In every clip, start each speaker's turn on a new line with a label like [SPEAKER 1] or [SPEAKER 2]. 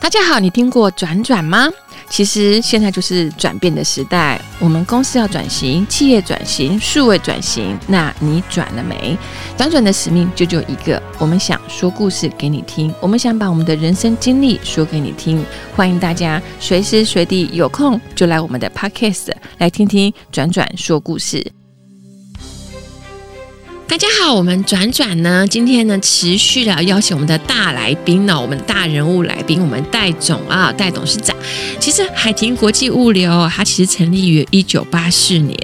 [SPEAKER 1] 大家好，你听过转转吗？其实现在就是转变的时代，我们公司要转型，企业转型，数位转型。那你转了没？转转的使命就只有一个，我们想说故事给你听，我们想把我们的人生经历说给你听。欢迎大家随时随地有空就来我们的 podcast 来听听转转说故事。大家好，我们转转呢，今天呢持续的邀请我们的大来宾呢、我们大人物来宾，我们戴总啊，戴董事长。其实海婷国际物流，它其实成立于一九八四年。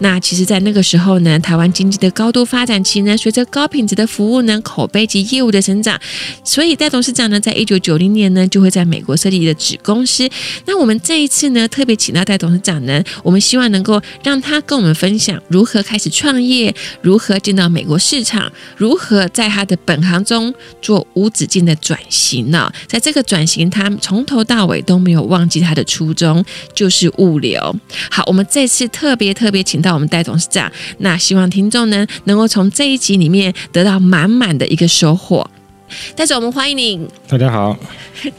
[SPEAKER 1] 那其实，在那个时候呢，台湾经济的高度发展期呢，随着高品质的服务呢、口碑及业务的成长，所以戴董事长呢，在一九九零年呢，就会在美国设立的子公司。那我们这一次呢，特别请到戴董事长呢，我们希望能够让他跟我们分享如何开始创业，如何进到美国市场，如何在他的本行中做无止境的转型呢、在这个转型，他从头到尾都没有忘记他的初衷，就是物流。好，我们这次特别特别请到我们戴董事长，那希望听众呢能够从这一集里面得到满满的一个收获。戴总，我们欢迎你。
[SPEAKER 2] 大家好，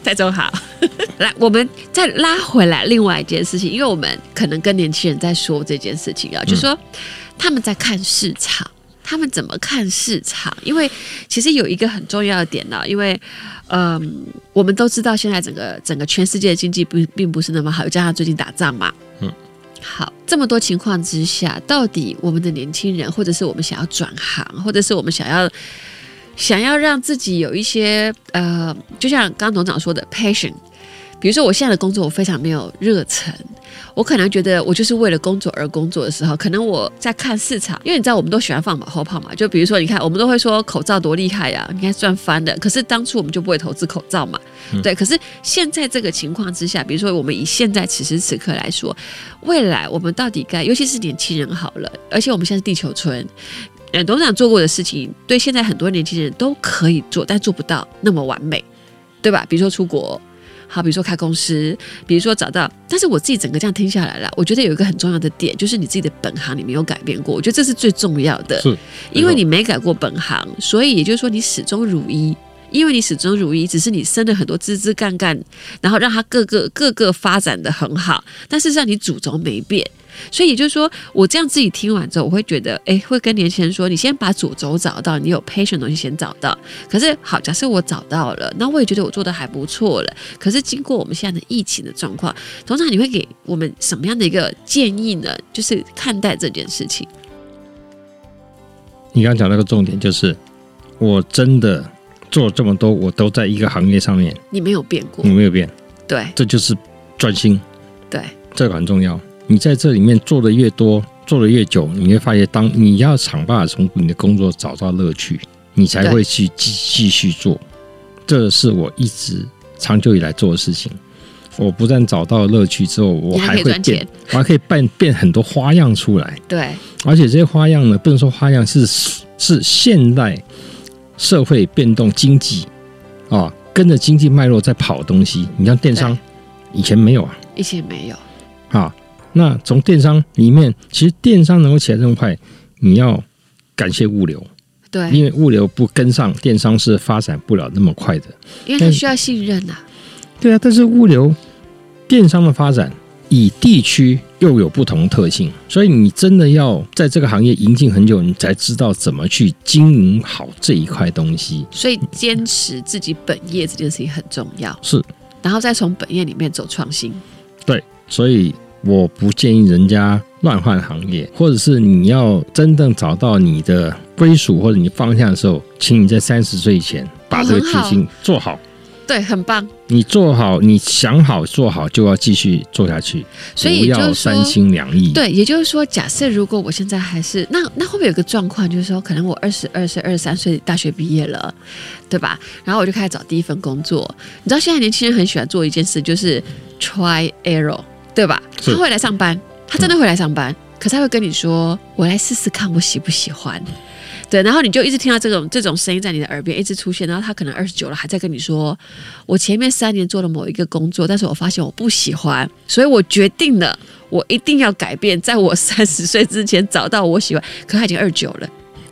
[SPEAKER 1] 戴总好，
[SPEAKER 3] 来，我们再拉回来另外一件事情，因为我们可能跟年轻人在说这件事情啊，就说他们在看市场，他们怎么看市场？因为其实有一个很重要的点呢、因为嗯、我们都知道现在整个整个全世界的经济并并不是那么好，又加上最近打仗嘛，
[SPEAKER 2] 嗯。
[SPEAKER 3] 好，这么多情况之下，到底我们的年轻人，或者是我们想要转行，或者是我们想要想要让自己有一些呃，就像刚刚董事长说的 passion，比如说我现在的工作我非常没有热忱，我可能觉得我就是为了工作而工作的时候，可能我在看市场，因为你知道我们都喜欢放马后炮嘛，就比如说你看我们都会说口罩多厉害呀、啊你看赚翻了，可是当初我们就不会投资口罩嘛，对，可是现在这个情况之下，比如说我们以现在此时此刻来说，未来我们到底该，尤其是年轻人好了，而且我们现在是地球村，呃，董事长做过的事情，对现在很多年轻人都可以做，但做不到那么完美，对吧？比如说出国，好，比如说开公司，比如说找到。但是我自己整个这样听下来了，我觉得有一个很重要的点，就是你自己的本行你没有改变过，我觉得这是最重要的。
[SPEAKER 2] 是
[SPEAKER 3] 因为你没改过本行，所以也就是说你始终如一。因为你始终如一，只是你生了很多枝枝干干，然后让它各个各个发展的很好，但事实上你主轴没变。所以也就是说，我这样自己听完之后，我会觉得，哎，会跟年轻人说，你先把主轴找到，你有 patient 的东西先找到。可是好，假设我找到了，那我也觉得我做的还不错了。可是经过我们现在的疫情的状况，董事长你会给我们什么样的一个建议呢？就是看待这件事情。
[SPEAKER 2] 你刚刚讲那个重点，就是我真的做这么多，我都在一个行业上面，
[SPEAKER 3] 你没有变过，
[SPEAKER 2] 你没有变，
[SPEAKER 3] 对
[SPEAKER 2] 这就是专心，
[SPEAKER 3] 对，
[SPEAKER 2] 这个很重要。你在这里面做的越多，做的越久，你会发现，当你要想办法从你的工作找到乐趣，你才
[SPEAKER 3] 对
[SPEAKER 2] 会去继继续做。这是我一直长久以来做的事情。我不但找到乐趣之后，我
[SPEAKER 3] 你还
[SPEAKER 2] 还
[SPEAKER 3] 可以
[SPEAKER 2] 会
[SPEAKER 3] 赚
[SPEAKER 2] 变
[SPEAKER 3] 钱，
[SPEAKER 2] 我还可以变变很多花样出来。
[SPEAKER 3] 对，
[SPEAKER 2] 而且这些花样呢，不能说花样是是现代社会变动经济啊，跟着经济脉络在跑的东西。你像电商
[SPEAKER 3] 对，
[SPEAKER 2] 以前没有啊
[SPEAKER 3] 以前没有，
[SPEAKER 2] 啊。那从电商里面，其实电商能够起来这么快，你要感谢物流，
[SPEAKER 3] 对，
[SPEAKER 2] 因为物流不跟上，电商是发展不了那么快的。
[SPEAKER 3] 因为他
[SPEAKER 2] 但
[SPEAKER 3] 需要信任呐、
[SPEAKER 2] 对啊，但是物流电商的发展以地区又有不同特性，所以你真的要在这个行业营进很久，你才知道怎么去经营好这一块东西。
[SPEAKER 3] 所以坚持自己本业这件事情很重要，
[SPEAKER 2] 是，
[SPEAKER 3] 然后再从本业里面走创新，
[SPEAKER 2] 所以我不建议人家乱换行业，或者是你要真正找到你的归属或者你方向的时候，请你在三十岁以前把这个
[SPEAKER 3] 很
[SPEAKER 2] 决
[SPEAKER 3] 好
[SPEAKER 2] 心做好。
[SPEAKER 3] 对，很棒。
[SPEAKER 2] 你做好，你想好做好，就要继续做下去，
[SPEAKER 3] 所以
[SPEAKER 2] 不
[SPEAKER 3] 也就是
[SPEAKER 2] 要
[SPEAKER 3] 说
[SPEAKER 2] 三心两意。
[SPEAKER 3] 对，也就是说，假设如果我现在还是那那会不会有个状况，就是说，可能我二十二岁、二十三岁大学毕业了，对吧？然后我就开始找第一份工作。你知道现在年轻人很喜欢做一件事，就是 try error，对吧？
[SPEAKER 2] 是
[SPEAKER 3] 他会来上班，他真的会来上班，可是他会跟你说：“我来试试看，我喜不喜欢。”对，然后你就一直听到这种这种声音在你的耳边一直出现，然后他可能二十九了还在跟你说：“我前面三年做了某一个工作，但是我发现我不喜欢，所以我决定了， 我一定要改变，在我三十岁之前找到我喜欢。可他已经二九了，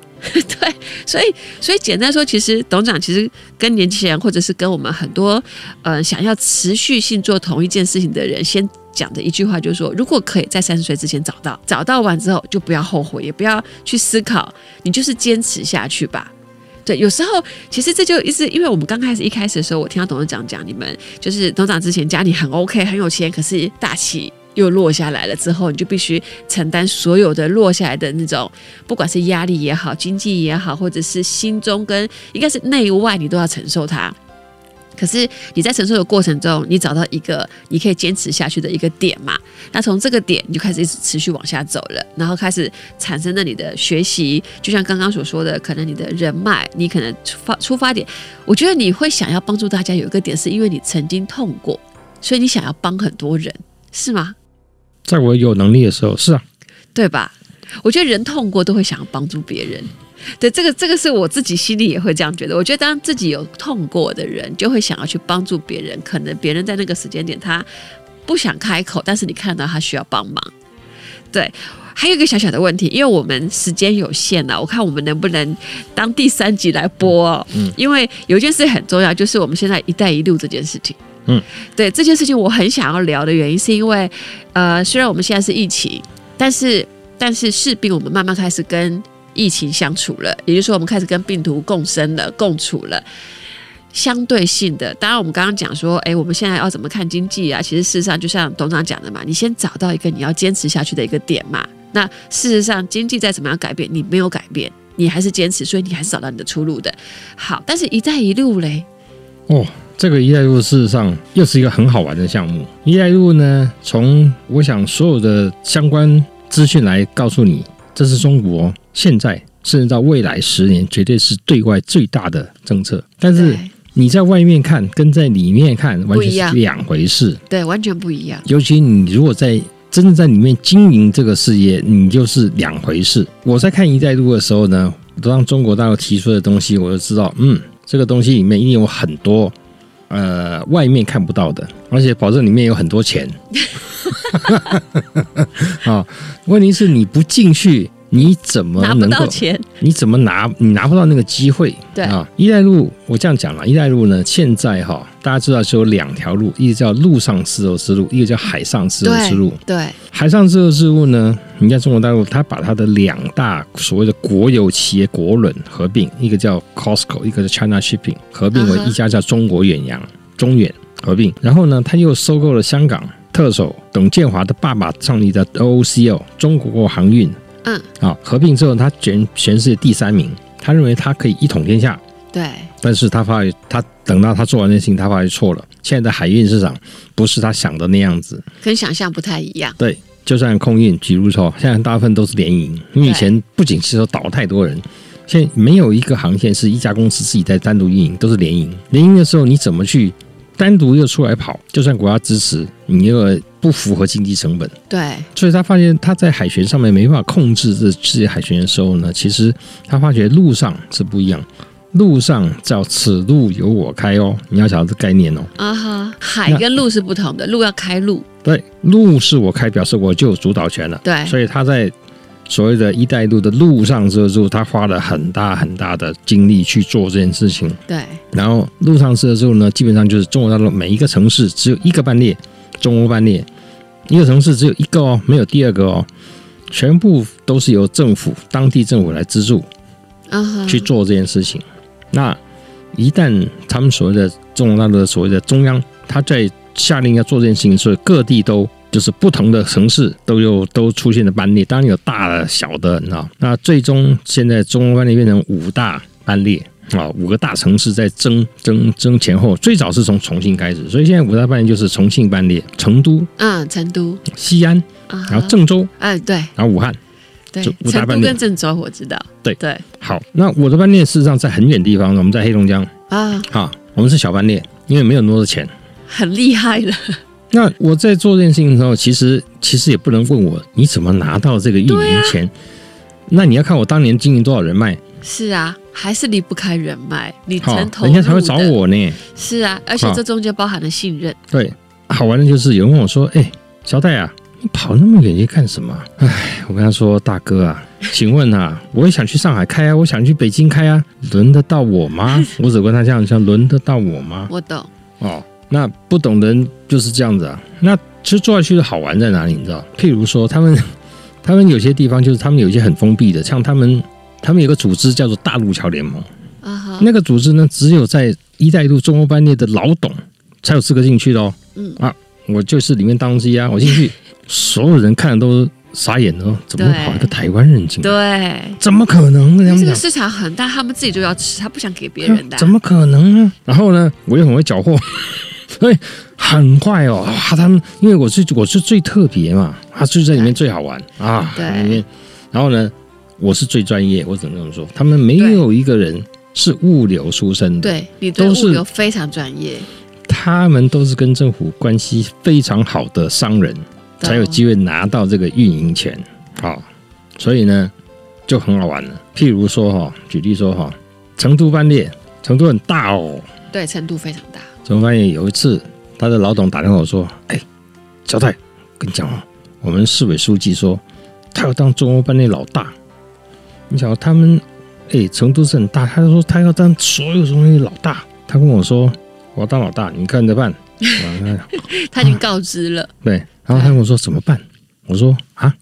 [SPEAKER 3] 对，所以所以简单说，其实董事长其实跟年轻人，或者是跟我们很多呃想要持续性做同一件事情的人，先讲的一句话就是说，如果可以在三十岁之前找到，找到完之后就不要后悔，也不要去思考，你就是坚持下去吧。对，有时候其实这就一直，因为我们刚开始一开始的时候，我听到董事长讲，你们就是董事长之前家里很 OK，很有钱，可是大起又落下来了之后，你就必须承担所有的落下来的那种，不管是压力也好，经济也好，或者是心中跟应该是内外，你都要承受它。可是你在承受的过程中，你找到一个你可以坚持下去的一个点嘛？那从这个点你就开始一直持续往下走了，然后开始产生了你的学习，就像刚刚所说的，可能你的人脉，你可能出发出发点，我觉得你会想要帮助大家有一个点，是因为你曾经痛过，所以你想要帮很多人，是吗？
[SPEAKER 2] 在我有能力的时候，是啊，
[SPEAKER 3] 对吧？我觉得人痛过都会想要帮助别人。对，这个这个是我自己心里也会这样觉得。我觉得当自己有痛过的人，就会想要去帮助别人。可能别人在那个时间点他不想开口，但是你看到他需要帮忙。对，还有一个小小的问题，因为我们时间有限啊了，我看我们能不能当第三集来播、哦。嗯，因为有一件事很重要，就是我们现在“一带一路”这件事情。
[SPEAKER 2] 嗯，
[SPEAKER 3] 对这件事情我很想要聊的原因，是因为呃，虽然我们现在是疫情，但是但是势必我们慢慢开始跟疫情相处了，也就是说，我们开始跟病毒共生了、共处了。相对性的，当然我们刚刚讲说，哎，我们现在要怎么看经济啊？其实事实上，就像董事长讲的嘛，你先找到一个你要坚持下去的一个点嘛。那事实上，经济再怎么样改变，你没有改变，你还是坚持，所以你还是找到你的出路的。好，但是“一带一路”嘞，
[SPEAKER 2] 哦，这个“一带一路”事实上又是一个很好玩的项目。“一带一路”呢，从我想所有的相关资讯来告诉你，这是中国现在甚至到未来十年绝对是对外最大的政策。但是
[SPEAKER 3] 对
[SPEAKER 2] 你在外面看跟在里面看完
[SPEAKER 3] 不一
[SPEAKER 2] 全
[SPEAKER 3] 样
[SPEAKER 2] 是两回事。
[SPEAKER 3] 对，完全不一样。
[SPEAKER 2] 尤其你如果在真的在里面经营这个事业，你就是两回事。我在看“一带一路”的时候呢，当中国大陆提出的东西，我就知道，嗯，这个东西里面一定有很多呃外面看不到的，而且保证里面有很多钱。 啊、问题是你不进去，你怎么
[SPEAKER 3] 拿不
[SPEAKER 2] 能够
[SPEAKER 3] 到钱，
[SPEAKER 2] 你怎么拿？你拿不到那个机会。
[SPEAKER 3] 对
[SPEAKER 2] 啊，一带路，我这样讲了，一带路呢，现在哈、大家知道是有两条路，一个叫陆上丝绸之路，一个叫海上丝绸之路。
[SPEAKER 3] 对，
[SPEAKER 2] 海上丝绸之路呢，你看中国大陆，它把它的两大所谓的国有企业国轮合并，一个叫 Costco，一个叫 China Shipping，合并为
[SPEAKER 3] 嗯哼
[SPEAKER 2] 一家叫中国远洋、中远合并。然后呢，它又收购了香港特首董建华的爸爸创立的 OOCL 中国航运
[SPEAKER 3] 嗯，
[SPEAKER 2] 啊，合并之后，他全全世界第三名，他认为他可以一统天下，
[SPEAKER 3] 对，
[SPEAKER 2] 但是他发觉他等到他做完那事情，他发觉错了。现在的海运市场不是他想的那样子，
[SPEAKER 3] 跟想象不太一样。
[SPEAKER 2] 对，就算空运，比如说现在大部分都是联营，因为以前不景气的时候倒了太多人。现在没有一个航线是一家公司自己在单独运营，都是联营。联营的时候，你怎么去单独又出来跑？就算国家支持，你又不符合经济成本，
[SPEAKER 3] 对，
[SPEAKER 2] 所以他发现他在海权上面没办法控制这这些海权的时候呢，其实他发觉路上是不一样。路上叫此路由我开哦，你要晓得这概念哦。
[SPEAKER 3] 啊哈，海
[SPEAKER 2] 那
[SPEAKER 3] 跟路是不同的，路要开路，
[SPEAKER 2] 对，路是我开，表示我就有主导权了。
[SPEAKER 3] 对
[SPEAKER 2] 所以他在所谓的一带一路的路上之后，他花了很大很大的精力去做这件事情。
[SPEAKER 3] 对，
[SPEAKER 2] 然后路上车之后呢，基本上就是中国大陆每一个城市只有一个班列，中欧班列，一个城市只有一个哦，没有第二个哦，全部都是由政府当地政府来资助
[SPEAKER 3] 啊哈，
[SPEAKER 2] 去做这件事情。那一旦他们所谓的中国大陆的所谓的中央，他在下令要做这件事情，所以各地都就是不同的城市都有都出现了班列，当然有大的小的，你知道。那最终现在中国班列变成五大班列。啊，五个大城市在争争争前后，最早是从重庆开始，所以现在五大班列就是重庆班列、成都、
[SPEAKER 3] 嗯，成都，
[SPEAKER 2] 西安，
[SPEAKER 3] 啊哈
[SPEAKER 2] 然后郑州，
[SPEAKER 3] 哎，对
[SPEAKER 2] 然后武汉。
[SPEAKER 3] 对
[SPEAKER 2] 就，五大
[SPEAKER 3] 成
[SPEAKER 2] 半
[SPEAKER 3] 都
[SPEAKER 2] 列
[SPEAKER 3] 跟郑州我知道，
[SPEAKER 2] 对
[SPEAKER 3] 对
[SPEAKER 2] 好，那我的班列事实上在很远地方，我们在黑龙江，
[SPEAKER 3] 啊，
[SPEAKER 2] 啊，我们是小班列，因为没有那么多钱。
[SPEAKER 3] 很厉害了，
[SPEAKER 2] 那我在做这件事情的时候，其实其实也不能问我你怎么拿到这个运营钱，那你要看我当年经营多少人脉，
[SPEAKER 3] 是啊，还是离不开人脉，你
[SPEAKER 2] 好
[SPEAKER 3] 曾，投
[SPEAKER 2] 人家才会
[SPEAKER 3] 入
[SPEAKER 2] 找
[SPEAKER 3] 的，
[SPEAKER 2] 我呢。
[SPEAKER 3] 是啊，而且
[SPEAKER 2] 好
[SPEAKER 3] 这中间包含了信任，
[SPEAKER 2] 对，好玩的就是有人问我说：“哎、小戴啊，跑那么远去干什么啊？唉，我跟他说，大哥啊， 请问啊，我也想去上海开啊，我想去北京开啊，轮得到我吗？ 我只问他这样，像轮得到我吗？
[SPEAKER 3] 我懂，
[SPEAKER 2] 哦，那不懂的人就是这样子啊。那其实做下去的好玩在哪里？你知道？譬如说，他们 他们有些地方就是他们有一些很封闭的，像他们他们有个组织叫做大陆桥联盟，
[SPEAKER 3] 啊哈，
[SPEAKER 2] 那个组织呢，只有在一带一路中欧班列的老董才有资格进去的哦。
[SPEAKER 3] 嗯
[SPEAKER 2] 啊，我就是里面当中之一啊，我进去，所有人看的都傻眼了哦，怎么会跑一个台湾人进来？
[SPEAKER 3] 对。
[SPEAKER 2] 怎么可能？这
[SPEAKER 3] 因
[SPEAKER 2] 样
[SPEAKER 3] 为这
[SPEAKER 2] 讲
[SPEAKER 3] 个。市场很大，他们自己就要吃，他不想给别人的啊、
[SPEAKER 2] 怎么可能呢？然后呢，我又很会缴获， 所以很快哦。哇，他们因为我是我是最特别嘛，啊，就在里面最好玩啊，
[SPEAKER 3] 对
[SPEAKER 2] 里面。然后呢，我是最专业，我只能这么说，他们没有一个人是物流出身的，
[SPEAKER 3] 对你对
[SPEAKER 2] 都是
[SPEAKER 3] 物流非常专业，
[SPEAKER 2] 他们都是跟政府关系非常好的商人，才有机会拿到这个运营权。好、所以呢就很好玩了。譬如说哈、举例说哈、成都班列，成都很大哦。
[SPEAKER 3] 会，对程度非常大。
[SPEAKER 2] 怎么发现有一次，他的老董打电话我说：“哎，小戴，跟你讲哦，我们市委书记说他要当中欧班的老大。你想他们，哎，成都是很大，他说他要当所有东西老大。他跟我说我要当老大，你看着办。我说哎
[SPEAKER 3] 他已经告知 了，
[SPEAKER 2] 对，然后他跟我说怎么办？我说啊，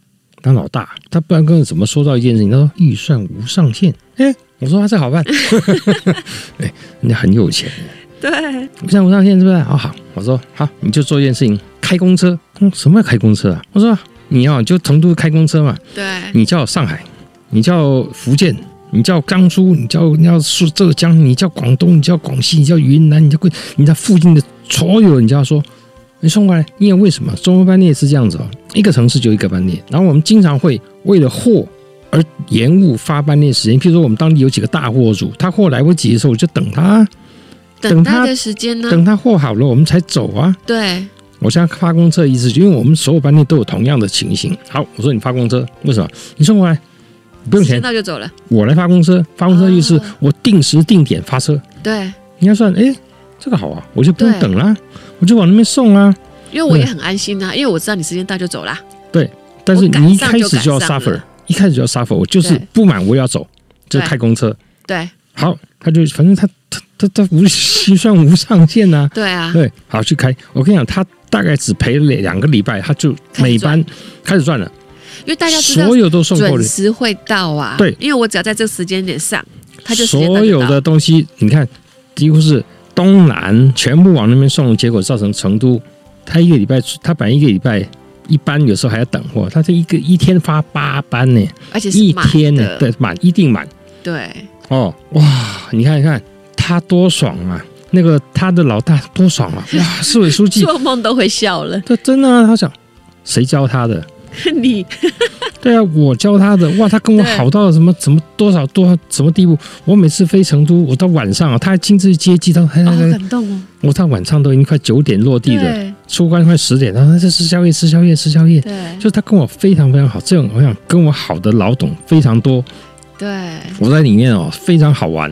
[SPEAKER 2] 当老大，他不然跟我怎么说到一件事情？他说预算无上限。哎，我说啊这好办， 哎，人家很有钱。
[SPEAKER 3] 对，
[SPEAKER 2] 我想我上线是不是？哦好，我说好，你就做一件事情，开公车。嗯，什么叫开公车啊？我说你要、就成都开公车嘛，
[SPEAKER 3] 对，
[SPEAKER 2] 你叫上海，你叫福建，你叫江苏，你叫你叫苏浙江，你叫广东，你叫广西，你叫云南，你叫贵，你叫附近的所有人，你就要说。你送过来，因为为什么中欧班列是这样子哦？一个城市就一个班列，然后我们经常会为了货而延误发班列时间。譬如说，我们当地有几个大货主，他货来不及的时候，我就等他啊，
[SPEAKER 3] 等
[SPEAKER 2] 他
[SPEAKER 3] 待的时间呢？
[SPEAKER 2] 等他货好了，我们才走啊。
[SPEAKER 3] 对，
[SPEAKER 2] 我现在发公车一次，因为我们所有班列都有同样的情形。好，我说你发公车，为什么？你送过来，你不用
[SPEAKER 3] 时间
[SPEAKER 2] 钱，
[SPEAKER 3] 到就走了。
[SPEAKER 2] 我来发公车。发公车意思
[SPEAKER 3] 哦
[SPEAKER 2] 我定时定点发车，
[SPEAKER 3] 对，
[SPEAKER 2] 你要算，哎，这个好啊，我就不用
[SPEAKER 3] 对
[SPEAKER 2] 等啦，我就往那边送啊。
[SPEAKER 3] 因为我也很安心啊，因为我知道你时间到就走啦。
[SPEAKER 2] 但是
[SPEAKER 3] 我赶
[SPEAKER 2] 你一
[SPEAKER 3] 上
[SPEAKER 2] 开
[SPEAKER 3] 就
[SPEAKER 2] 始
[SPEAKER 3] 赶
[SPEAKER 2] 就要
[SPEAKER 3] 上
[SPEAKER 2] suffer，
[SPEAKER 3] 了
[SPEAKER 2] 一开始就要 suffer，我就是
[SPEAKER 3] 对
[SPEAKER 2] 不满我也要走，这是
[SPEAKER 3] 对
[SPEAKER 2] 开公车。
[SPEAKER 3] 对，
[SPEAKER 2] 好，他就反正他他他他无预算无上限呐、
[SPEAKER 3] 对啊，
[SPEAKER 2] 对，好去开。我跟你讲，他大概只赔了两个礼拜，他就
[SPEAKER 3] 开始
[SPEAKER 2] 每班开始赚了，
[SPEAKER 3] 因为大家知道
[SPEAKER 2] 所有都送过
[SPEAKER 3] 准
[SPEAKER 2] 了。
[SPEAKER 3] 时会到啊。
[SPEAKER 2] 对
[SPEAKER 3] 因为我只要在这个时间点上，他就时间到
[SPEAKER 2] 所
[SPEAKER 3] 就
[SPEAKER 2] 有
[SPEAKER 3] 到
[SPEAKER 2] 的东西，你看几乎是东南全部往那边送，结果造成成都，他一个礼拜，他本来一个礼拜一班，有时候还要等货，他这一个一天发八班呢，
[SPEAKER 3] 而且是
[SPEAKER 2] 一
[SPEAKER 3] 满
[SPEAKER 2] 天呢，
[SPEAKER 3] 的
[SPEAKER 2] 对，满一定满
[SPEAKER 3] 对
[SPEAKER 2] 哦，哇，你看你看他多爽啊！那个他的老大多爽啊！哇，市 委书记，
[SPEAKER 3] 做梦都会笑了。
[SPEAKER 2] 这真的、啊，他想谁教他的？
[SPEAKER 3] 你
[SPEAKER 2] 对啊，我教他的哇，他跟我
[SPEAKER 3] 对
[SPEAKER 2] 好到什么什么多少多少什么地步？我每次飞成都，我到晚上啊，他还亲自接机，他还、
[SPEAKER 3] 哦，好
[SPEAKER 2] 还
[SPEAKER 3] 感动哦。
[SPEAKER 2] 我到晚上都已经快九点落嗯地了，
[SPEAKER 3] 对
[SPEAKER 2] 出关快十点，然后在吃宵夜，吃宵夜，吃宵夜。
[SPEAKER 3] 对
[SPEAKER 2] 就是他跟我非常非常好，这种我想跟我好的老董非常多，
[SPEAKER 3] 对，
[SPEAKER 2] 我在里面哦非常好玩。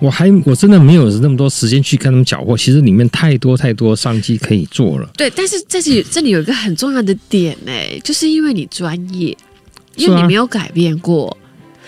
[SPEAKER 2] 我还我真的没有那么多时间去跟他们搅和，其实里面太多太多商机可以做了。
[SPEAKER 3] 对，但是这里这里有一个很重要的点呢、就是因为你专业，因
[SPEAKER 2] 是
[SPEAKER 3] 为
[SPEAKER 2] 啊
[SPEAKER 3] 你没有改变过，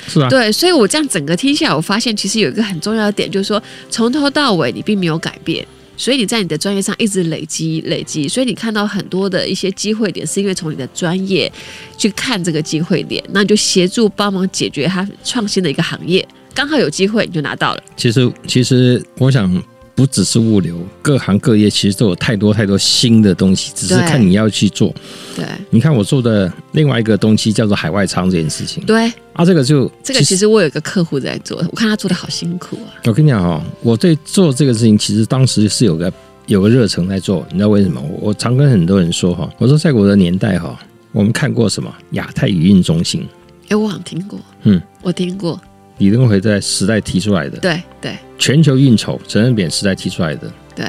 [SPEAKER 2] 是 啊，
[SPEAKER 3] 对，所以我这样整个听下来，我发现其实有一个很重要的点，就是说从头到尾你并没有改变。所以你在你的专业上一直累积累积，所以你看到很多的一些机会点，是因为从你的专业去看这个机会点，那你就协助帮忙解决它创新的一个行业，刚好有机会你就拿到了。
[SPEAKER 2] 其实其实我想不只是物流，各行各业其实都有太多太多新的东西，只是
[SPEAKER 3] 对
[SPEAKER 2] 看你要去做。
[SPEAKER 3] 对
[SPEAKER 2] 你看我做的另外一个东西叫做海外仓这件事情
[SPEAKER 3] 对，
[SPEAKER 2] 啊，这个就
[SPEAKER 3] 这个其实我有一个客户在做，我看他做的好辛苦啊。
[SPEAKER 2] 我跟你讲哦，我对做这个事情其实当时是有个有个热忱在做，你知道为什么？我我常跟很多人说哈，我说在我的年代哈，我们看过什么亚太语音中心，
[SPEAKER 3] 哎，我好像听过，
[SPEAKER 2] 嗯，
[SPEAKER 3] 我听过，
[SPEAKER 2] 李登辉在时代提出来的，
[SPEAKER 3] 对对
[SPEAKER 2] 全球运筹，陈仁扁时代提出来的，
[SPEAKER 3] 对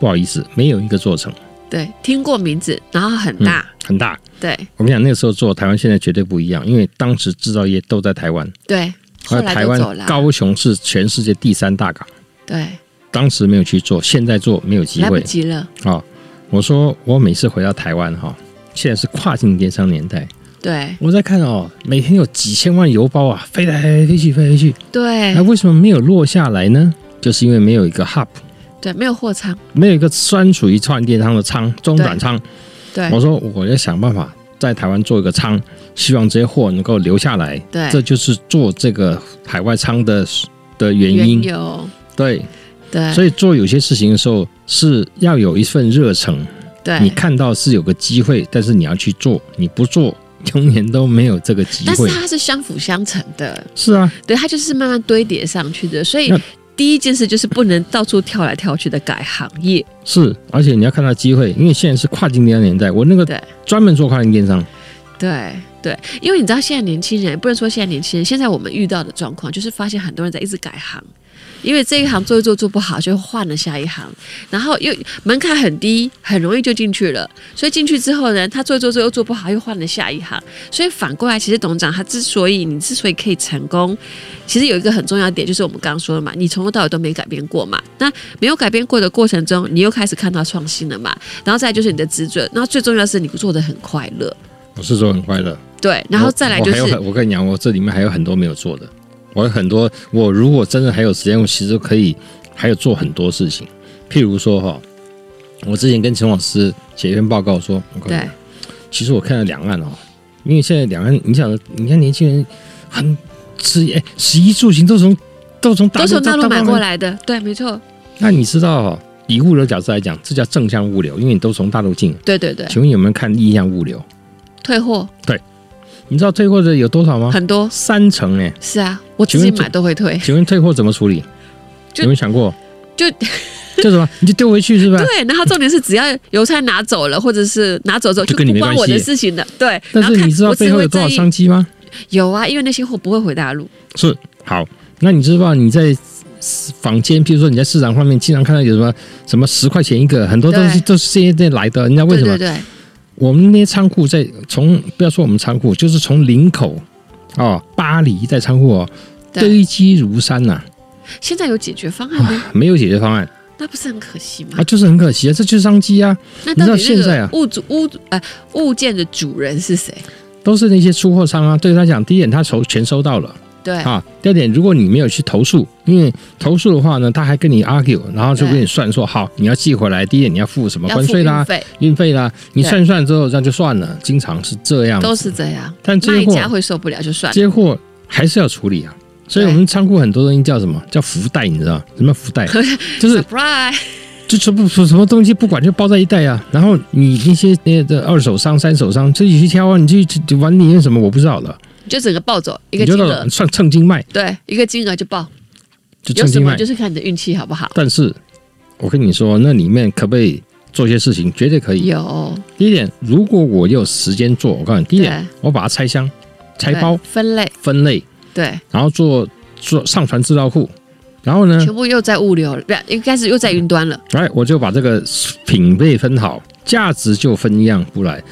[SPEAKER 2] 不好意思，没有一个做成，
[SPEAKER 3] 对，听过名字，然后很大，
[SPEAKER 2] 很大。
[SPEAKER 3] 对
[SPEAKER 2] 我跟你讲，那个时候做台湾现在绝对不一样，因为当时制造业都在台湾，
[SPEAKER 3] 对，后来
[SPEAKER 2] 台
[SPEAKER 3] 就走
[SPEAKER 2] 湾
[SPEAKER 3] 了，啊
[SPEAKER 2] 高雄是全世界第三大港，
[SPEAKER 3] 对，
[SPEAKER 2] 当时没有去做，现在做没有机
[SPEAKER 3] 来不
[SPEAKER 2] 会。哦
[SPEAKER 3] 及了，
[SPEAKER 2] 啊、我说我每次回到台湾哈，现在是跨境电商年代，
[SPEAKER 3] 对
[SPEAKER 2] 我在看哦，每天有几千万邮包啊，飞来飞去，飞来飞去，
[SPEAKER 3] 对
[SPEAKER 2] 那为什么没有落下来呢？就是因为没有一个 hub，
[SPEAKER 3] 对，没有货仓，
[SPEAKER 2] 没有一个专属于串电商的仓，中转仓。
[SPEAKER 3] 对
[SPEAKER 2] 我说我要想办法在台湾做一个仓，希望这些货能够留下来。
[SPEAKER 3] 对，
[SPEAKER 2] 这就是做这个海外仓的的原
[SPEAKER 3] 原哎
[SPEAKER 2] 因。
[SPEAKER 3] 油，
[SPEAKER 2] 对，
[SPEAKER 3] 对
[SPEAKER 2] 所以做有些事情的时候是要有一份热忱，
[SPEAKER 3] 对，
[SPEAKER 2] 你看到是有个机会，但是你要去做，你不做永远都没有这个机
[SPEAKER 3] 但是
[SPEAKER 2] 会。
[SPEAKER 3] 它是相辅相成的，
[SPEAKER 2] 是啊，
[SPEAKER 3] 对，它就是慢慢堆叠上去的。所以
[SPEAKER 2] 那
[SPEAKER 3] 第一件事就是不能到处跳来跳去的改行业，
[SPEAKER 2] 是，而且你要看到机会，因为现在是跨境电商年代，我那个
[SPEAKER 3] 对
[SPEAKER 2] 专门做跨境电商。
[SPEAKER 3] 对对，因为你知道现在年轻人，不能说现在年轻人，现在我们遇到的状况就是发现很多人在一直改行。因为这一行做一做做不好，就换了下一行，然后又嗯门槛很低，很容易就进去了。所以进去之后呢，他做一做做又做不好，又换了下一行。所以反过来，其实董事长他之所以你之所以可以成功，其实有一个很重要的点，就是我们刚刚说的嘛，你从头到尾都没改变过嘛。那没有改变过的过程中，你又开始看到创新了嘛。然后再来就是你的资准，然后最重要的是你做的很快乐。
[SPEAKER 2] 我是说很快乐，
[SPEAKER 3] 对，然后再来就
[SPEAKER 2] 我我还有
[SPEAKER 3] 是
[SPEAKER 2] 很我跟你讲，我这里面还有很多没有做的，我有很多，我如果真的还有时间，我其实可以还有做很多事情，譬如说哈，我之前跟陈老师写一篇报告说，我告诉你
[SPEAKER 3] 对，
[SPEAKER 2] 其实我看了两岸哦，因为现在两岸，你想，你看年轻人很吃哎，食衣住行都从都从大
[SPEAKER 3] 都
[SPEAKER 2] 陆
[SPEAKER 3] 从大陆买过
[SPEAKER 2] 来，
[SPEAKER 3] 来的，对，没错，
[SPEAKER 2] 那你知道哈，以物流角度来讲，这叫正向物流，因为你都从大陆进。
[SPEAKER 3] 对对对，
[SPEAKER 2] 请问有没有看逆向物流？
[SPEAKER 3] 退货
[SPEAKER 2] 你知道退货的有多少吗？
[SPEAKER 3] 很多，
[SPEAKER 2] 三成哎、
[SPEAKER 3] 是啊，我自己
[SPEAKER 2] 啊请问
[SPEAKER 3] 买都会退，
[SPEAKER 2] 请问退货怎么处理？
[SPEAKER 3] 就
[SPEAKER 2] 有没有想过？
[SPEAKER 3] 就
[SPEAKER 2] 就什么？你就丢回去是吧？
[SPEAKER 3] 对，然啊后重点是只要邮差拿走了，或者是拿走之后
[SPEAKER 2] 就
[SPEAKER 3] 就
[SPEAKER 2] 跟你
[SPEAKER 3] 不
[SPEAKER 2] 没
[SPEAKER 3] 关
[SPEAKER 2] 关
[SPEAKER 3] 我的
[SPEAKER 2] 系
[SPEAKER 3] 事情了，对。然
[SPEAKER 2] 但
[SPEAKER 3] 后
[SPEAKER 2] 是
[SPEAKER 3] 看
[SPEAKER 2] 你知道
[SPEAKER 3] 我只
[SPEAKER 2] 背后
[SPEAKER 3] 会
[SPEAKER 2] 有多少
[SPEAKER 3] 在意
[SPEAKER 2] 商机吗？
[SPEAKER 3] 有啊，因为那些货不会回大陆，
[SPEAKER 2] 是，好，那你知道你在坊间，譬如说你在市场上面，经常看到有什么什么十块钱一个，很多东西
[SPEAKER 3] 对
[SPEAKER 2] 都是这些店来的。人啊家为
[SPEAKER 3] 对
[SPEAKER 2] 什么？
[SPEAKER 3] 对对，
[SPEAKER 2] 我们那些仓库在从不要说我们仓库，就是从林口哦，巴黎在仓库哦，
[SPEAKER 3] 对
[SPEAKER 2] 堆积如山呐、
[SPEAKER 3] 现在有解决方案吗？
[SPEAKER 2] 没有解决方案
[SPEAKER 3] 那不是很可惜吗
[SPEAKER 2] 啊，？就是很可惜啊，这就是商机啊，
[SPEAKER 3] 那
[SPEAKER 2] 你知
[SPEAKER 3] 到
[SPEAKER 2] 道
[SPEAKER 3] 底那
[SPEAKER 2] 现在啊
[SPEAKER 3] 个物主物呃物件的主人是谁？
[SPEAKER 2] 都是那些出货商啊。对他讲，第一点他收钱收到了。
[SPEAKER 3] 对
[SPEAKER 2] 啊，第二点，如果你没有去投诉，因为投诉的话呢，他还跟你 argue，然后就
[SPEAKER 3] 对
[SPEAKER 2] 跟你算说，好，你要寄回来，第一点你要付什么
[SPEAKER 3] 要
[SPEAKER 2] 关
[SPEAKER 3] 付
[SPEAKER 2] 税啦
[SPEAKER 3] 运、费
[SPEAKER 2] 运费啦，你
[SPEAKER 3] 对
[SPEAKER 2] 算一算之后，这样就算了，经常是这样。
[SPEAKER 3] 都是这样，
[SPEAKER 2] 但这
[SPEAKER 3] 卖
[SPEAKER 2] 些
[SPEAKER 3] 家
[SPEAKER 2] 货，
[SPEAKER 3] 会受不了就算
[SPEAKER 2] 这
[SPEAKER 3] 了，
[SPEAKER 2] 些货还是要处理啊。所以我们仓库很多东西叫什么？叫福袋，你知道吗什 么福袋？就是
[SPEAKER 3] ，surprise，
[SPEAKER 2] 就全部什么东西不管就包在一袋啊。然后你那些那个二手商、三手商自己去挑啊，你去去玩里面什么我不知道了，
[SPEAKER 3] 就整个抱走一个
[SPEAKER 2] 你就
[SPEAKER 3] 金
[SPEAKER 2] 到
[SPEAKER 3] 额，
[SPEAKER 2] 算称斤卖，
[SPEAKER 3] 对，一个金额就报，
[SPEAKER 2] 就
[SPEAKER 3] 有
[SPEAKER 2] 称
[SPEAKER 3] 什
[SPEAKER 2] 斤
[SPEAKER 3] 么
[SPEAKER 2] 卖。
[SPEAKER 3] 就是看你的运气好不好。
[SPEAKER 2] 但是我跟你说，那里面可不可以做些事情？绝对可以。
[SPEAKER 3] 有，
[SPEAKER 2] 第一点，如果我有时间做，我告诉你，第一点
[SPEAKER 3] 对，
[SPEAKER 2] 我把它拆箱、拆
[SPEAKER 3] 对
[SPEAKER 2] 包、
[SPEAKER 3] 分类，
[SPEAKER 2] 分类，
[SPEAKER 3] 对，
[SPEAKER 2] 然后做做上传资料库，然后呢，
[SPEAKER 3] 全部又在物流了，不，应该是又在云端了，
[SPEAKER 2] 哎，我就把这个品类分好，价值就分一样出来，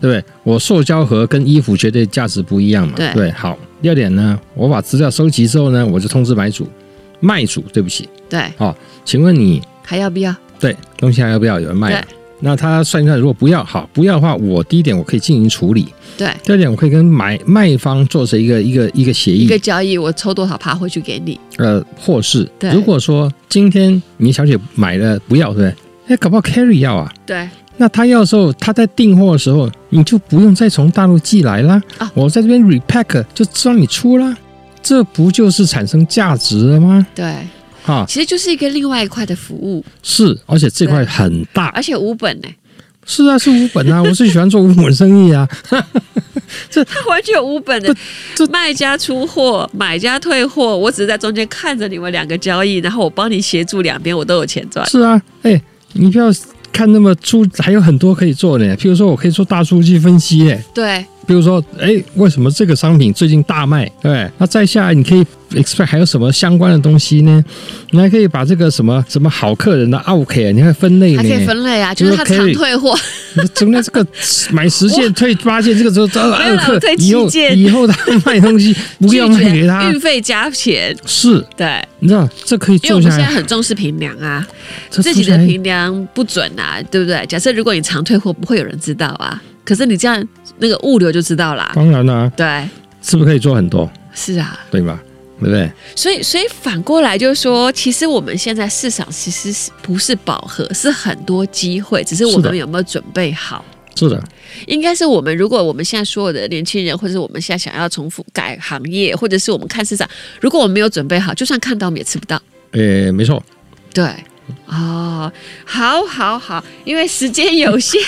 [SPEAKER 2] 对不对？我塑胶盒跟衣服绝对价值不一样嘛，
[SPEAKER 3] 对
[SPEAKER 2] 对。好，第二点呢，我把资料收集之后呢，我就通知买主、卖主，对不起，
[SPEAKER 3] 对，
[SPEAKER 2] 请问你
[SPEAKER 3] 还要不要？
[SPEAKER 2] 对，东西还要不要？有人卖了
[SPEAKER 3] 对。
[SPEAKER 2] 那他算一算，如果不要好，不要的话，我第一点我可以进行处理，
[SPEAKER 3] 对，
[SPEAKER 2] 第二点我可以跟买卖方做成一个一个一个协
[SPEAKER 3] 一
[SPEAKER 2] 议
[SPEAKER 3] 个，交易我抽多少趴回去给你，
[SPEAKER 2] 呃，或是
[SPEAKER 3] 对
[SPEAKER 2] 如果说今天你小姐买了不要，对不对？哎，搞不好 carry 要啊，
[SPEAKER 3] 对，
[SPEAKER 2] 那他要的时候，他在订货的时候，你就不用再从大陆寄来啦，
[SPEAKER 3] 啊
[SPEAKER 2] 我在这边 repack 就知道你出啦，这不就是产生价值了吗？
[SPEAKER 3] 对，
[SPEAKER 2] 啊，
[SPEAKER 3] 其实就是一个另外一块的服务，
[SPEAKER 2] 是，而且这块很大，
[SPEAKER 3] 而且无本呢、
[SPEAKER 2] 是啊，是无本啊，我最喜欢做无本生意啊。
[SPEAKER 3] 它完全无本的、
[SPEAKER 2] 这
[SPEAKER 3] 卖家出货，买家退货，我只是在中间看着你们两个交易，然后我帮你协助两边，我都有钱赚。
[SPEAKER 2] 是啊，哎、你不要看那么粗，还有很多可以做的。譬如说我可以做大数据分析，哎，
[SPEAKER 3] 对，
[SPEAKER 2] 比如说，哎、为什么这个商品最近大卖？对不对，那再下来你可以 expect 还有什么相关的东西呢？你还可以把这个什么什么好客人的 OK，你还分类
[SPEAKER 3] 还可以
[SPEAKER 2] 呢。
[SPEAKER 3] 分类啊，
[SPEAKER 2] 就
[SPEAKER 3] 就是是他常
[SPEAKER 2] carry
[SPEAKER 3] 退货，
[SPEAKER 2] 中间这个 买十件退八件，这个时候呃
[SPEAKER 3] 没有
[SPEAKER 2] 二
[SPEAKER 3] 啦
[SPEAKER 2] 客
[SPEAKER 3] 我退
[SPEAKER 2] 以后
[SPEAKER 3] 七件
[SPEAKER 2] 以后他卖东西不要卖给他
[SPEAKER 3] 运，费加钱，
[SPEAKER 2] 是，
[SPEAKER 3] 对，
[SPEAKER 2] 你知道这可以
[SPEAKER 3] 因为
[SPEAKER 2] 做
[SPEAKER 3] 我们
[SPEAKER 2] 下
[SPEAKER 3] 现在
[SPEAKER 2] 来，
[SPEAKER 3] 很重视平量啊。
[SPEAKER 2] 这
[SPEAKER 3] 自
[SPEAKER 2] 做
[SPEAKER 3] 己
[SPEAKER 2] 下
[SPEAKER 3] 的
[SPEAKER 2] 来
[SPEAKER 3] 评量不准啊，对不对？假设如果你常退货，不会有人知道啊。可是你这样那个物流就知道啦。
[SPEAKER 2] 当然啦、
[SPEAKER 3] 对，
[SPEAKER 2] 是不是可以做很多，
[SPEAKER 3] 是啊，
[SPEAKER 2] 对吧？对不对？
[SPEAKER 3] 所以所以反过来就是说，其实我们现在市场其实是不是饱和，是很多机会，只是我
[SPEAKER 2] 是的
[SPEAKER 3] 们有没有准备好。
[SPEAKER 2] 是的，
[SPEAKER 3] 应该是我们，如果我们现在所有的年轻人，或者是我们现在想要重复改行业，或者是我们看市场，如果我们没有准备好，就算看到我们也吃不到。
[SPEAKER 2] 呃，没错，
[SPEAKER 3] 对，哦，好，好，好，因为时间有限，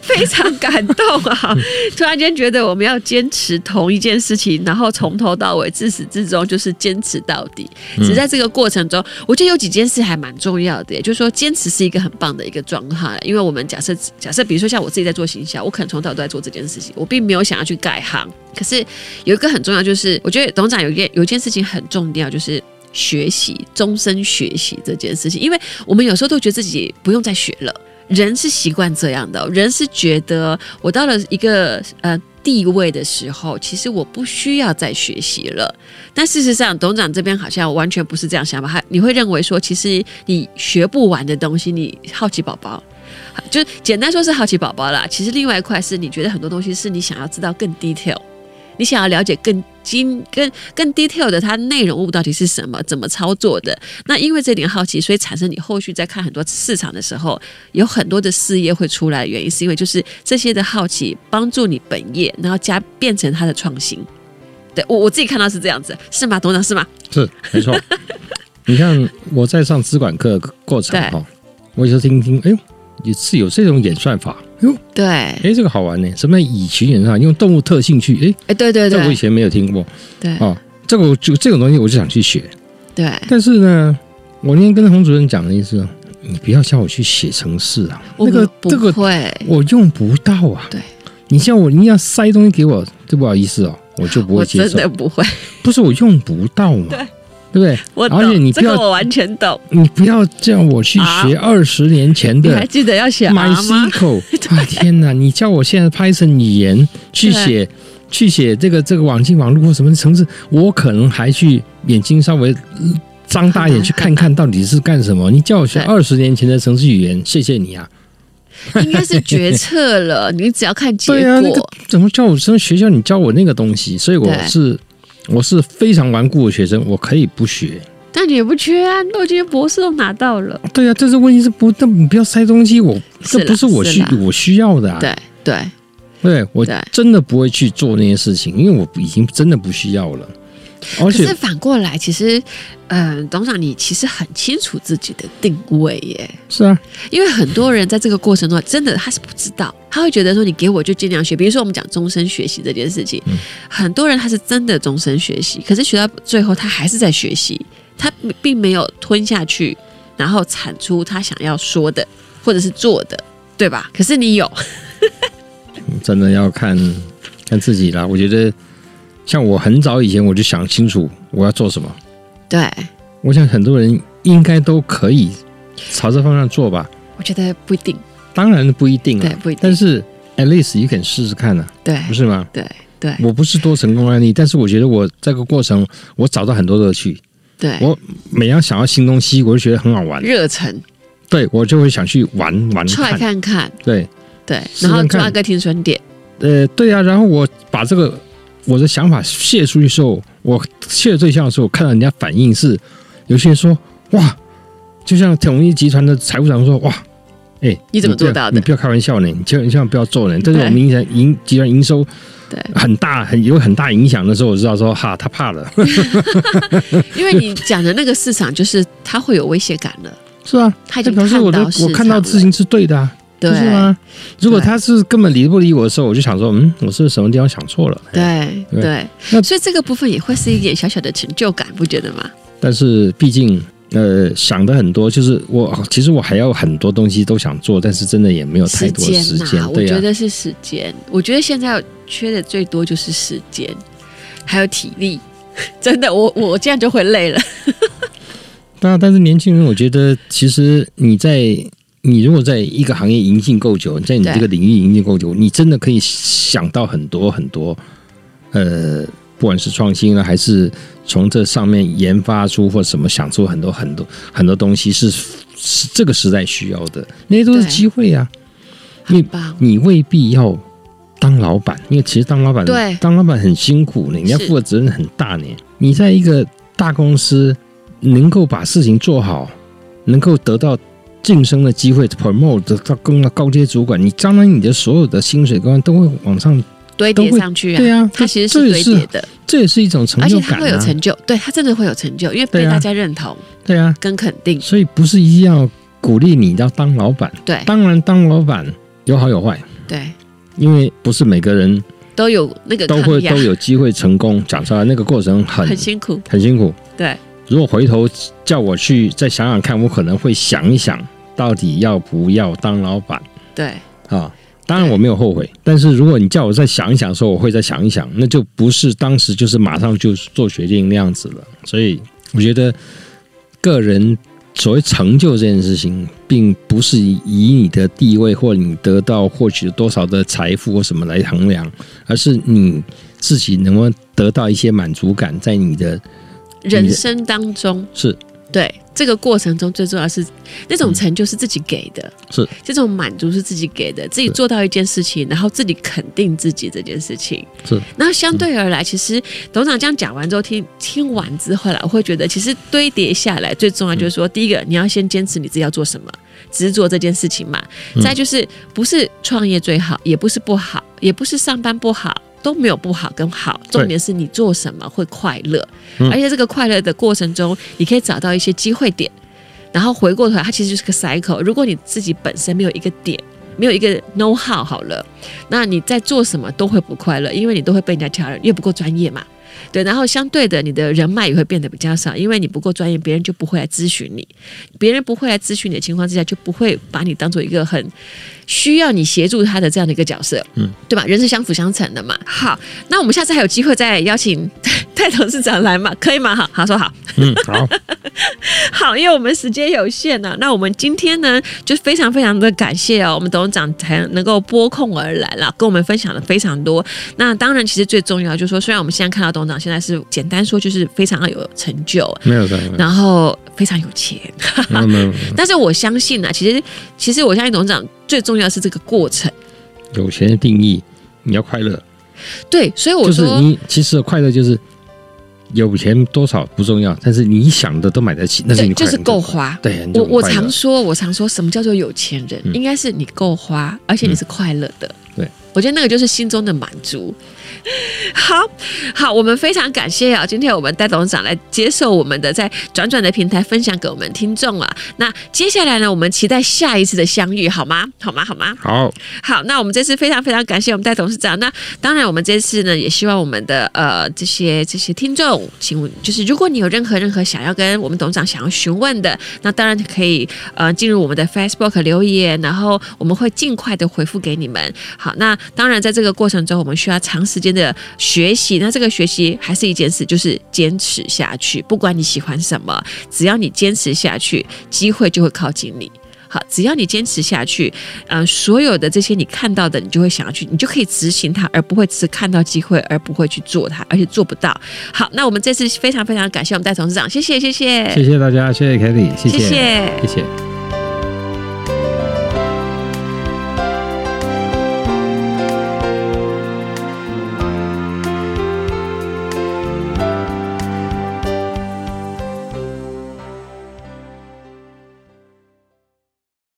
[SPEAKER 3] 非常感动啊！突然间觉得我们要坚持同一件事情，然后从头到尾，自始至终就是坚持到底。只在这个过程中，我觉得有几件事还蛮重要的，也就是说，坚持是一个很棒的一个状态。因为我们假设假设，比如说像我自己在做行销，我可能从头到尾都在做这件事情，我并没有想要去改行。可是有一个很重要，就是我觉得董事长有一件有一件事情很重要，就是。学习，终身学习这件事情，因为我们有时候都觉得自己不用再学了。人是习惯这样的哦，人是觉得我到了一个呃地位的时候，其实我不需要再学习了。但事实上，董事长这边好像完全不是这样想法，他你会认为说，其实你学不完的东西，你好奇宝宝。就是简单说是好奇宝宝啦，其实另外一块是你觉得很多东西是你想要知道更 detail，你想要了解更精、更更 detail 的它内容物到底是什么，怎么操作的。那因为这点好奇，所以产生你后续在看很多市场的时候，有很多的事业会出来的原因，是因为就是这些的好奇帮助你本业，然后加变成它的创新。对我我自己看到是这样子，是吗，董事长是吗？
[SPEAKER 2] 是 没错。你看我在上资管课的过程
[SPEAKER 3] 对
[SPEAKER 2] 哈，我就听听，哎呦，也是有这种演算法，哎呦，
[SPEAKER 3] 对，哎、
[SPEAKER 2] 哎，这个好玩呢。什么叫以群演算法？用动物特性去，哎，
[SPEAKER 3] 对对
[SPEAKER 2] 这我以
[SPEAKER 3] 对
[SPEAKER 2] 前没有听过
[SPEAKER 3] 对
[SPEAKER 2] 哦。这个我就这种东西我就想去学，
[SPEAKER 3] 对，
[SPEAKER 2] 但是呢，我那天跟洪主任讲的意思，你不要叫我去写程式啊，
[SPEAKER 3] 我
[SPEAKER 2] 那
[SPEAKER 3] 们
[SPEAKER 2] 个
[SPEAKER 3] 不
[SPEAKER 2] 这个
[SPEAKER 3] 会，
[SPEAKER 2] 我用不到啊。
[SPEAKER 3] 对，
[SPEAKER 2] 你叫我你要塞东西给我，这不好意思哦，我就不
[SPEAKER 3] 我
[SPEAKER 2] 会接
[SPEAKER 3] 真
[SPEAKER 2] 受。
[SPEAKER 3] 的不会，
[SPEAKER 2] 不是我用不到嘛，对不对？
[SPEAKER 3] 我懂，
[SPEAKER 2] 而且你
[SPEAKER 3] 这
[SPEAKER 2] 不要
[SPEAKER 3] 个我完全懂。
[SPEAKER 2] 你不要叫我去学二十年前
[SPEAKER 3] 啊你还
[SPEAKER 2] 的
[SPEAKER 3] 记得要写 R 吗？
[SPEAKER 2] MySQL 啊！天哪，你叫我现在 Python 语言去写去写这个这个网际网络或什么程式，我可能还去眼睛稍微呃张大一点去看看到底是干什么。你叫我学
[SPEAKER 3] 对
[SPEAKER 2] 二十年前的程式语言，谢谢你啊！
[SPEAKER 3] 应该是决策了，你只要看结
[SPEAKER 2] 对啊，那个
[SPEAKER 3] 果。
[SPEAKER 2] 怎么叫我上学校？你教我那个东西，所以我
[SPEAKER 3] 对
[SPEAKER 2] 是我是非常顽固的学生，我可以不学。
[SPEAKER 3] 但你也不缺啊，都已经博士都拿到了。
[SPEAKER 2] 对啊，但是问题是不，那你不要塞东西，我
[SPEAKER 3] 是
[SPEAKER 2] 这
[SPEAKER 3] 啦
[SPEAKER 2] 不是我
[SPEAKER 3] 是
[SPEAKER 2] 需
[SPEAKER 3] 啦
[SPEAKER 2] 我需要的啊。
[SPEAKER 3] 哦对对
[SPEAKER 2] 对我
[SPEAKER 3] 对
[SPEAKER 2] 真的不会去做那些事情，因为我已经真的不需要了。而
[SPEAKER 3] 可是
[SPEAKER 2] 且
[SPEAKER 3] 反过来，其实，嗯、董事长，你其实很清楚自己的定位耶，
[SPEAKER 2] 是啊，
[SPEAKER 3] 因为很多人在这个过程中，真的他是不知道，他会觉得说你给我就尽量学。比如说我们讲终身学习这件事情，
[SPEAKER 2] 嗯
[SPEAKER 3] 很多人他是真的终身学习，可是学到最后他还是在学习，他并没有吞下去，然后产出他想要说的或者是做的，对吧？可是你有，
[SPEAKER 2] 真的要看看自己啦。我觉得，像我很早以前我就想清楚我要做什么，
[SPEAKER 3] 对
[SPEAKER 2] 我想很多人应该都可以朝这方向做吧。
[SPEAKER 3] 我觉得不一定，
[SPEAKER 2] 当然不一定
[SPEAKER 3] 对
[SPEAKER 2] 啊，
[SPEAKER 3] 不一定，
[SPEAKER 2] 但是 at least you can 试试看啊，
[SPEAKER 3] 对
[SPEAKER 2] 不是吗？
[SPEAKER 3] 对对
[SPEAKER 2] 我不是多成功案例，但是我觉得我这个过程我找到很多乐趣。
[SPEAKER 3] 对，
[SPEAKER 2] 我每样想要新东西，我就觉得很好玩，
[SPEAKER 3] 热忱
[SPEAKER 2] 对我就会想去玩玩
[SPEAKER 3] 踹嗯
[SPEAKER 2] 看。
[SPEAKER 3] 看看，
[SPEAKER 2] 对，
[SPEAKER 3] 对，
[SPEAKER 2] 试试
[SPEAKER 3] 然后抓
[SPEAKER 2] 看
[SPEAKER 3] 个停损 点，
[SPEAKER 2] 呃，对啊，然后我把这个我的想法泄出去的时候，我泄对象的时候，看到人家反应是，有些人说哇，就像统一集团的财务长说哇，哎，
[SPEAKER 3] 你怎么
[SPEAKER 2] 不要
[SPEAKER 3] 做到的
[SPEAKER 2] 你不要开玩笑呢，你千万千万不要做呢。这
[SPEAKER 3] 对
[SPEAKER 2] 种明显营集团营收
[SPEAKER 3] 对，
[SPEAKER 2] 很大，很有很大影响的时候，我知道说哈，他怕了，
[SPEAKER 3] 因为你讲的那个市场就是它会有威胁感了，
[SPEAKER 2] 是啊，
[SPEAKER 3] 他已
[SPEAKER 2] 这
[SPEAKER 3] 经
[SPEAKER 2] 表示我的
[SPEAKER 3] 看到市
[SPEAKER 2] 我看到
[SPEAKER 3] 场
[SPEAKER 2] 事情是对的、啊。
[SPEAKER 3] 对
[SPEAKER 2] 不是吗？如果他是根本理不理我的时候，我就想说，嗯，我是不是什么地方想错了？
[SPEAKER 3] 对
[SPEAKER 2] 对
[SPEAKER 3] 对，
[SPEAKER 2] 那
[SPEAKER 3] 所以这个部分也会是一点小小的成就感，不觉得吗？
[SPEAKER 2] 但是毕竟呃想的很多，就是我其实我还有很多东西都想做，但是真的也没有呃太
[SPEAKER 3] 时
[SPEAKER 2] 多
[SPEAKER 3] 间
[SPEAKER 2] 时
[SPEAKER 3] 呐、
[SPEAKER 2] 间，
[SPEAKER 3] 我
[SPEAKER 2] 对呀、
[SPEAKER 3] 觉得是时间。我觉得现在缺的最多就是时间，还有体力。 真的，我我这样就会累了。
[SPEAKER 2] 那但是年轻人，我觉得其实你在你如果在一个行业营进够久，在你
[SPEAKER 3] 对
[SPEAKER 2] 这个领域营进够久，你真的可以想到很多很多，呃，不管是创新啊呢，还是从这上面研发出或什么想出很多很多很多东西是，是这个时代需要的，那些都是
[SPEAKER 3] 对
[SPEAKER 2] 机会呀、因为
[SPEAKER 3] 很棒，
[SPEAKER 2] 你未必要当老板，因为其实当老板
[SPEAKER 3] 对
[SPEAKER 2] 当老板很辛苦呢，你要
[SPEAKER 3] 是
[SPEAKER 2] 负的责任很大呢。你在一个大公司能够把事情做好，能够得到晋升的机会，promote 得到更高阶主管，你当然你的所有的薪水观都会往上。
[SPEAKER 3] 堆
[SPEAKER 2] 都
[SPEAKER 3] 叠
[SPEAKER 2] 会
[SPEAKER 3] 上去啊，
[SPEAKER 2] 对啊，
[SPEAKER 3] 它其实
[SPEAKER 2] 这
[SPEAKER 3] 是
[SPEAKER 2] 也
[SPEAKER 3] 堆叠的，
[SPEAKER 2] 这也是一种成
[SPEAKER 3] 而
[SPEAKER 2] 就
[SPEAKER 3] 且
[SPEAKER 2] 感
[SPEAKER 3] 它会有
[SPEAKER 2] 啊。
[SPEAKER 3] 成就，对，它真的会有成就，因为被
[SPEAKER 2] 对啊
[SPEAKER 3] 大家认同
[SPEAKER 2] 对啊，
[SPEAKER 3] 跟肯定，
[SPEAKER 2] 所以不是一定要鼓励你要当老板。
[SPEAKER 3] 对
[SPEAKER 2] 当然当老板有好有坏，
[SPEAKER 3] 对，
[SPEAKER 2] 因为不是每个人
[SPEAKER 3] 都有那个
[SPEAKER 2] 都
[SPEAKER 3] 抗
[SPEAKER 2] 会
[SPEAKER 3] 压
[SPEAKER 2] 都，有机会成功。讲出来那个过程很
[SPEAKER 3] 很辛苦，
[SPEAKER 2] 很辛苦。
[SPEAKER 3] 对，
[SPEAKER 2] 如果回头叫我去再想想看，我可能会想一想，到底要不要当老板
[SPEAKER 3] 对，
[SPEAKER 2] 啊？当然
[SPEAKER 3] 对
[SPEAKER 2] 我没有后悔，但是如果你叫我再想一想的时候，我会再想一想，那就不是当时就是马上就做决定那样子了。所以我觉得个人。所谓成就这件事情，并不是以你的地位或你得到获取多少的财富或什么来衡量，而是你自己能够得到一些满足感，在你的
[SPEAKER 3] 人生当中，
[SPEAKER 2] 是
[SPEAKER 3] 对这个过程中最重要的是那种成就是自己给的，
[SPEAKER 2] 嗯是
[SPEAKER 3] 这种满足是自己给的，自己
[SPEAKER 2] 是
[SPEAKER 3] 做到一件事情，然后自己肯定自己这件事情。
[SPEAKER 2] 是，
[SPEAKER 3] 那相对而来，其实董事长这样讲完之后，听听完之后啦，我会觉得其实堆叠下来最重要就是说，第一个你要先坚持你自己要做什么，执着这件事情嘛。
[SPEAKER 2] 嗯
[SPEAKER 3] 再就是不是创业最好，也不是不好，也不是上班不好。都没有不好跟好，
[SPEAKER 2] 对
[SPEAKER 3] 重点是你做什么会快乐，
[SPEAKER 2] 嗯
[SPEAKER 3] 而且这个快乐的过程中，你可以找到一些机会点，然后回过头来，它其实就是个 cycle。如果你自己本身没有一个点，没有一个 know how 好了，那你在做什么都会不快乐，因为你都会被人家挑人，因为不够专业嘛。对，然后相对的，你的人脉也会变得比较少，因为你不够专业，别人就不会来咨询你，别人不会来咨询你的情况之下，就不会把你当做一个很需要你协助他的这样的一个角色，
[SPEAKER 2] 嗯，
[SPEAKER 3] 对吧？人是相辅相成的嘛。好，那我们下次还有机会再邀请戴董事长来嘛，可以吗？好，好说好。
[SPEAKER 2] 嗯， 好，
[SPEAKER 3] 好，因为我们时间有限呢、那我们今天呢，就非常非常的感谢哦，我们董事长才能够拨空而来啦，跟我们分享了非常多。那当然，其实最重要就是说，虽然我们现在看到董事长现在是简单说就是非常有成就，
[SPEAKER 2] 没有的，没有的
[SPEAKER 3] 然后非常有钱，
[SPEAKER 2] 没有没有，没
[SPEAKER 3] 但是我相信啊，其实其实我相信董事长最重要的是这个过程。
[SPEAKER 2] 有有钱的定义，你要快乐，
[SPEAKER 3] 对，所以我
[SPEAKER 2] 就是
[SPEAKER 3] 说，
[SPEAKER 2] 你其实快乐就是有钱多少不重要，但是你想的都买得起，那是
[SPEAKER 3] 对，
[SPEAKER 2] 你快
[SPEAKER 3] 就
[SPEAKER 2] 乐
[SPEAKER 3] 是够。花。
[SPEAKER 2] 对，
[SPEAKER 3] 我
[SPEAKER 2] 你就很
[SPEAKER 3] 我
[SPEAKER 2] 快乐
[SPEAKER 3] 常说，我常说什么叫做有钱人，
[SPEAKER 2] 嗯
[SPEAKER 3] 应该是你够花，而且你是快乐的。
[SPEAKER 2] 对，
[SPEAKER 3] 我觉得那个就是心中的满足。好好，我们非常感谢啊、今天我们戴董事长来接受我们的在转转的平台分享给我们听众啊。那接下来呢，我们期待下一次的相遇，好吗？好吗？好吗？
[SPEAKER 2] 好，
[SPEAKER 3] 好，那我们这次非常非常感谢我们戴董事长。那当然，我们这次呢，也希望我们的呃这些这些听众，请就是如果你有任何任何想要跟我们董事长想要询问的，那当然可以呃进入我们的 Facebook 留言，然后我们会尽快的回复给你们。好，那当然在这个过程中，我们需要长时间的学习。那这个学习还是一件事，就是坚持下去，不管你喜欢什么，只要你坚持下去，机会就会靠近你。好，只要你坚持下去，呃，所有的这些你看到的，你就会想要去，你就可以执行它，而不会只看到机会而不会去做它，而且做不到。好，那我们这次非常非常感谢我们戴董事长，谢谢，谢谢，
[SPEAKER 2] 谢谢大家，谢谢 Kelly，谢
[SPEAKER 3] 谢谢
[SPEAKER 2] 谢谢。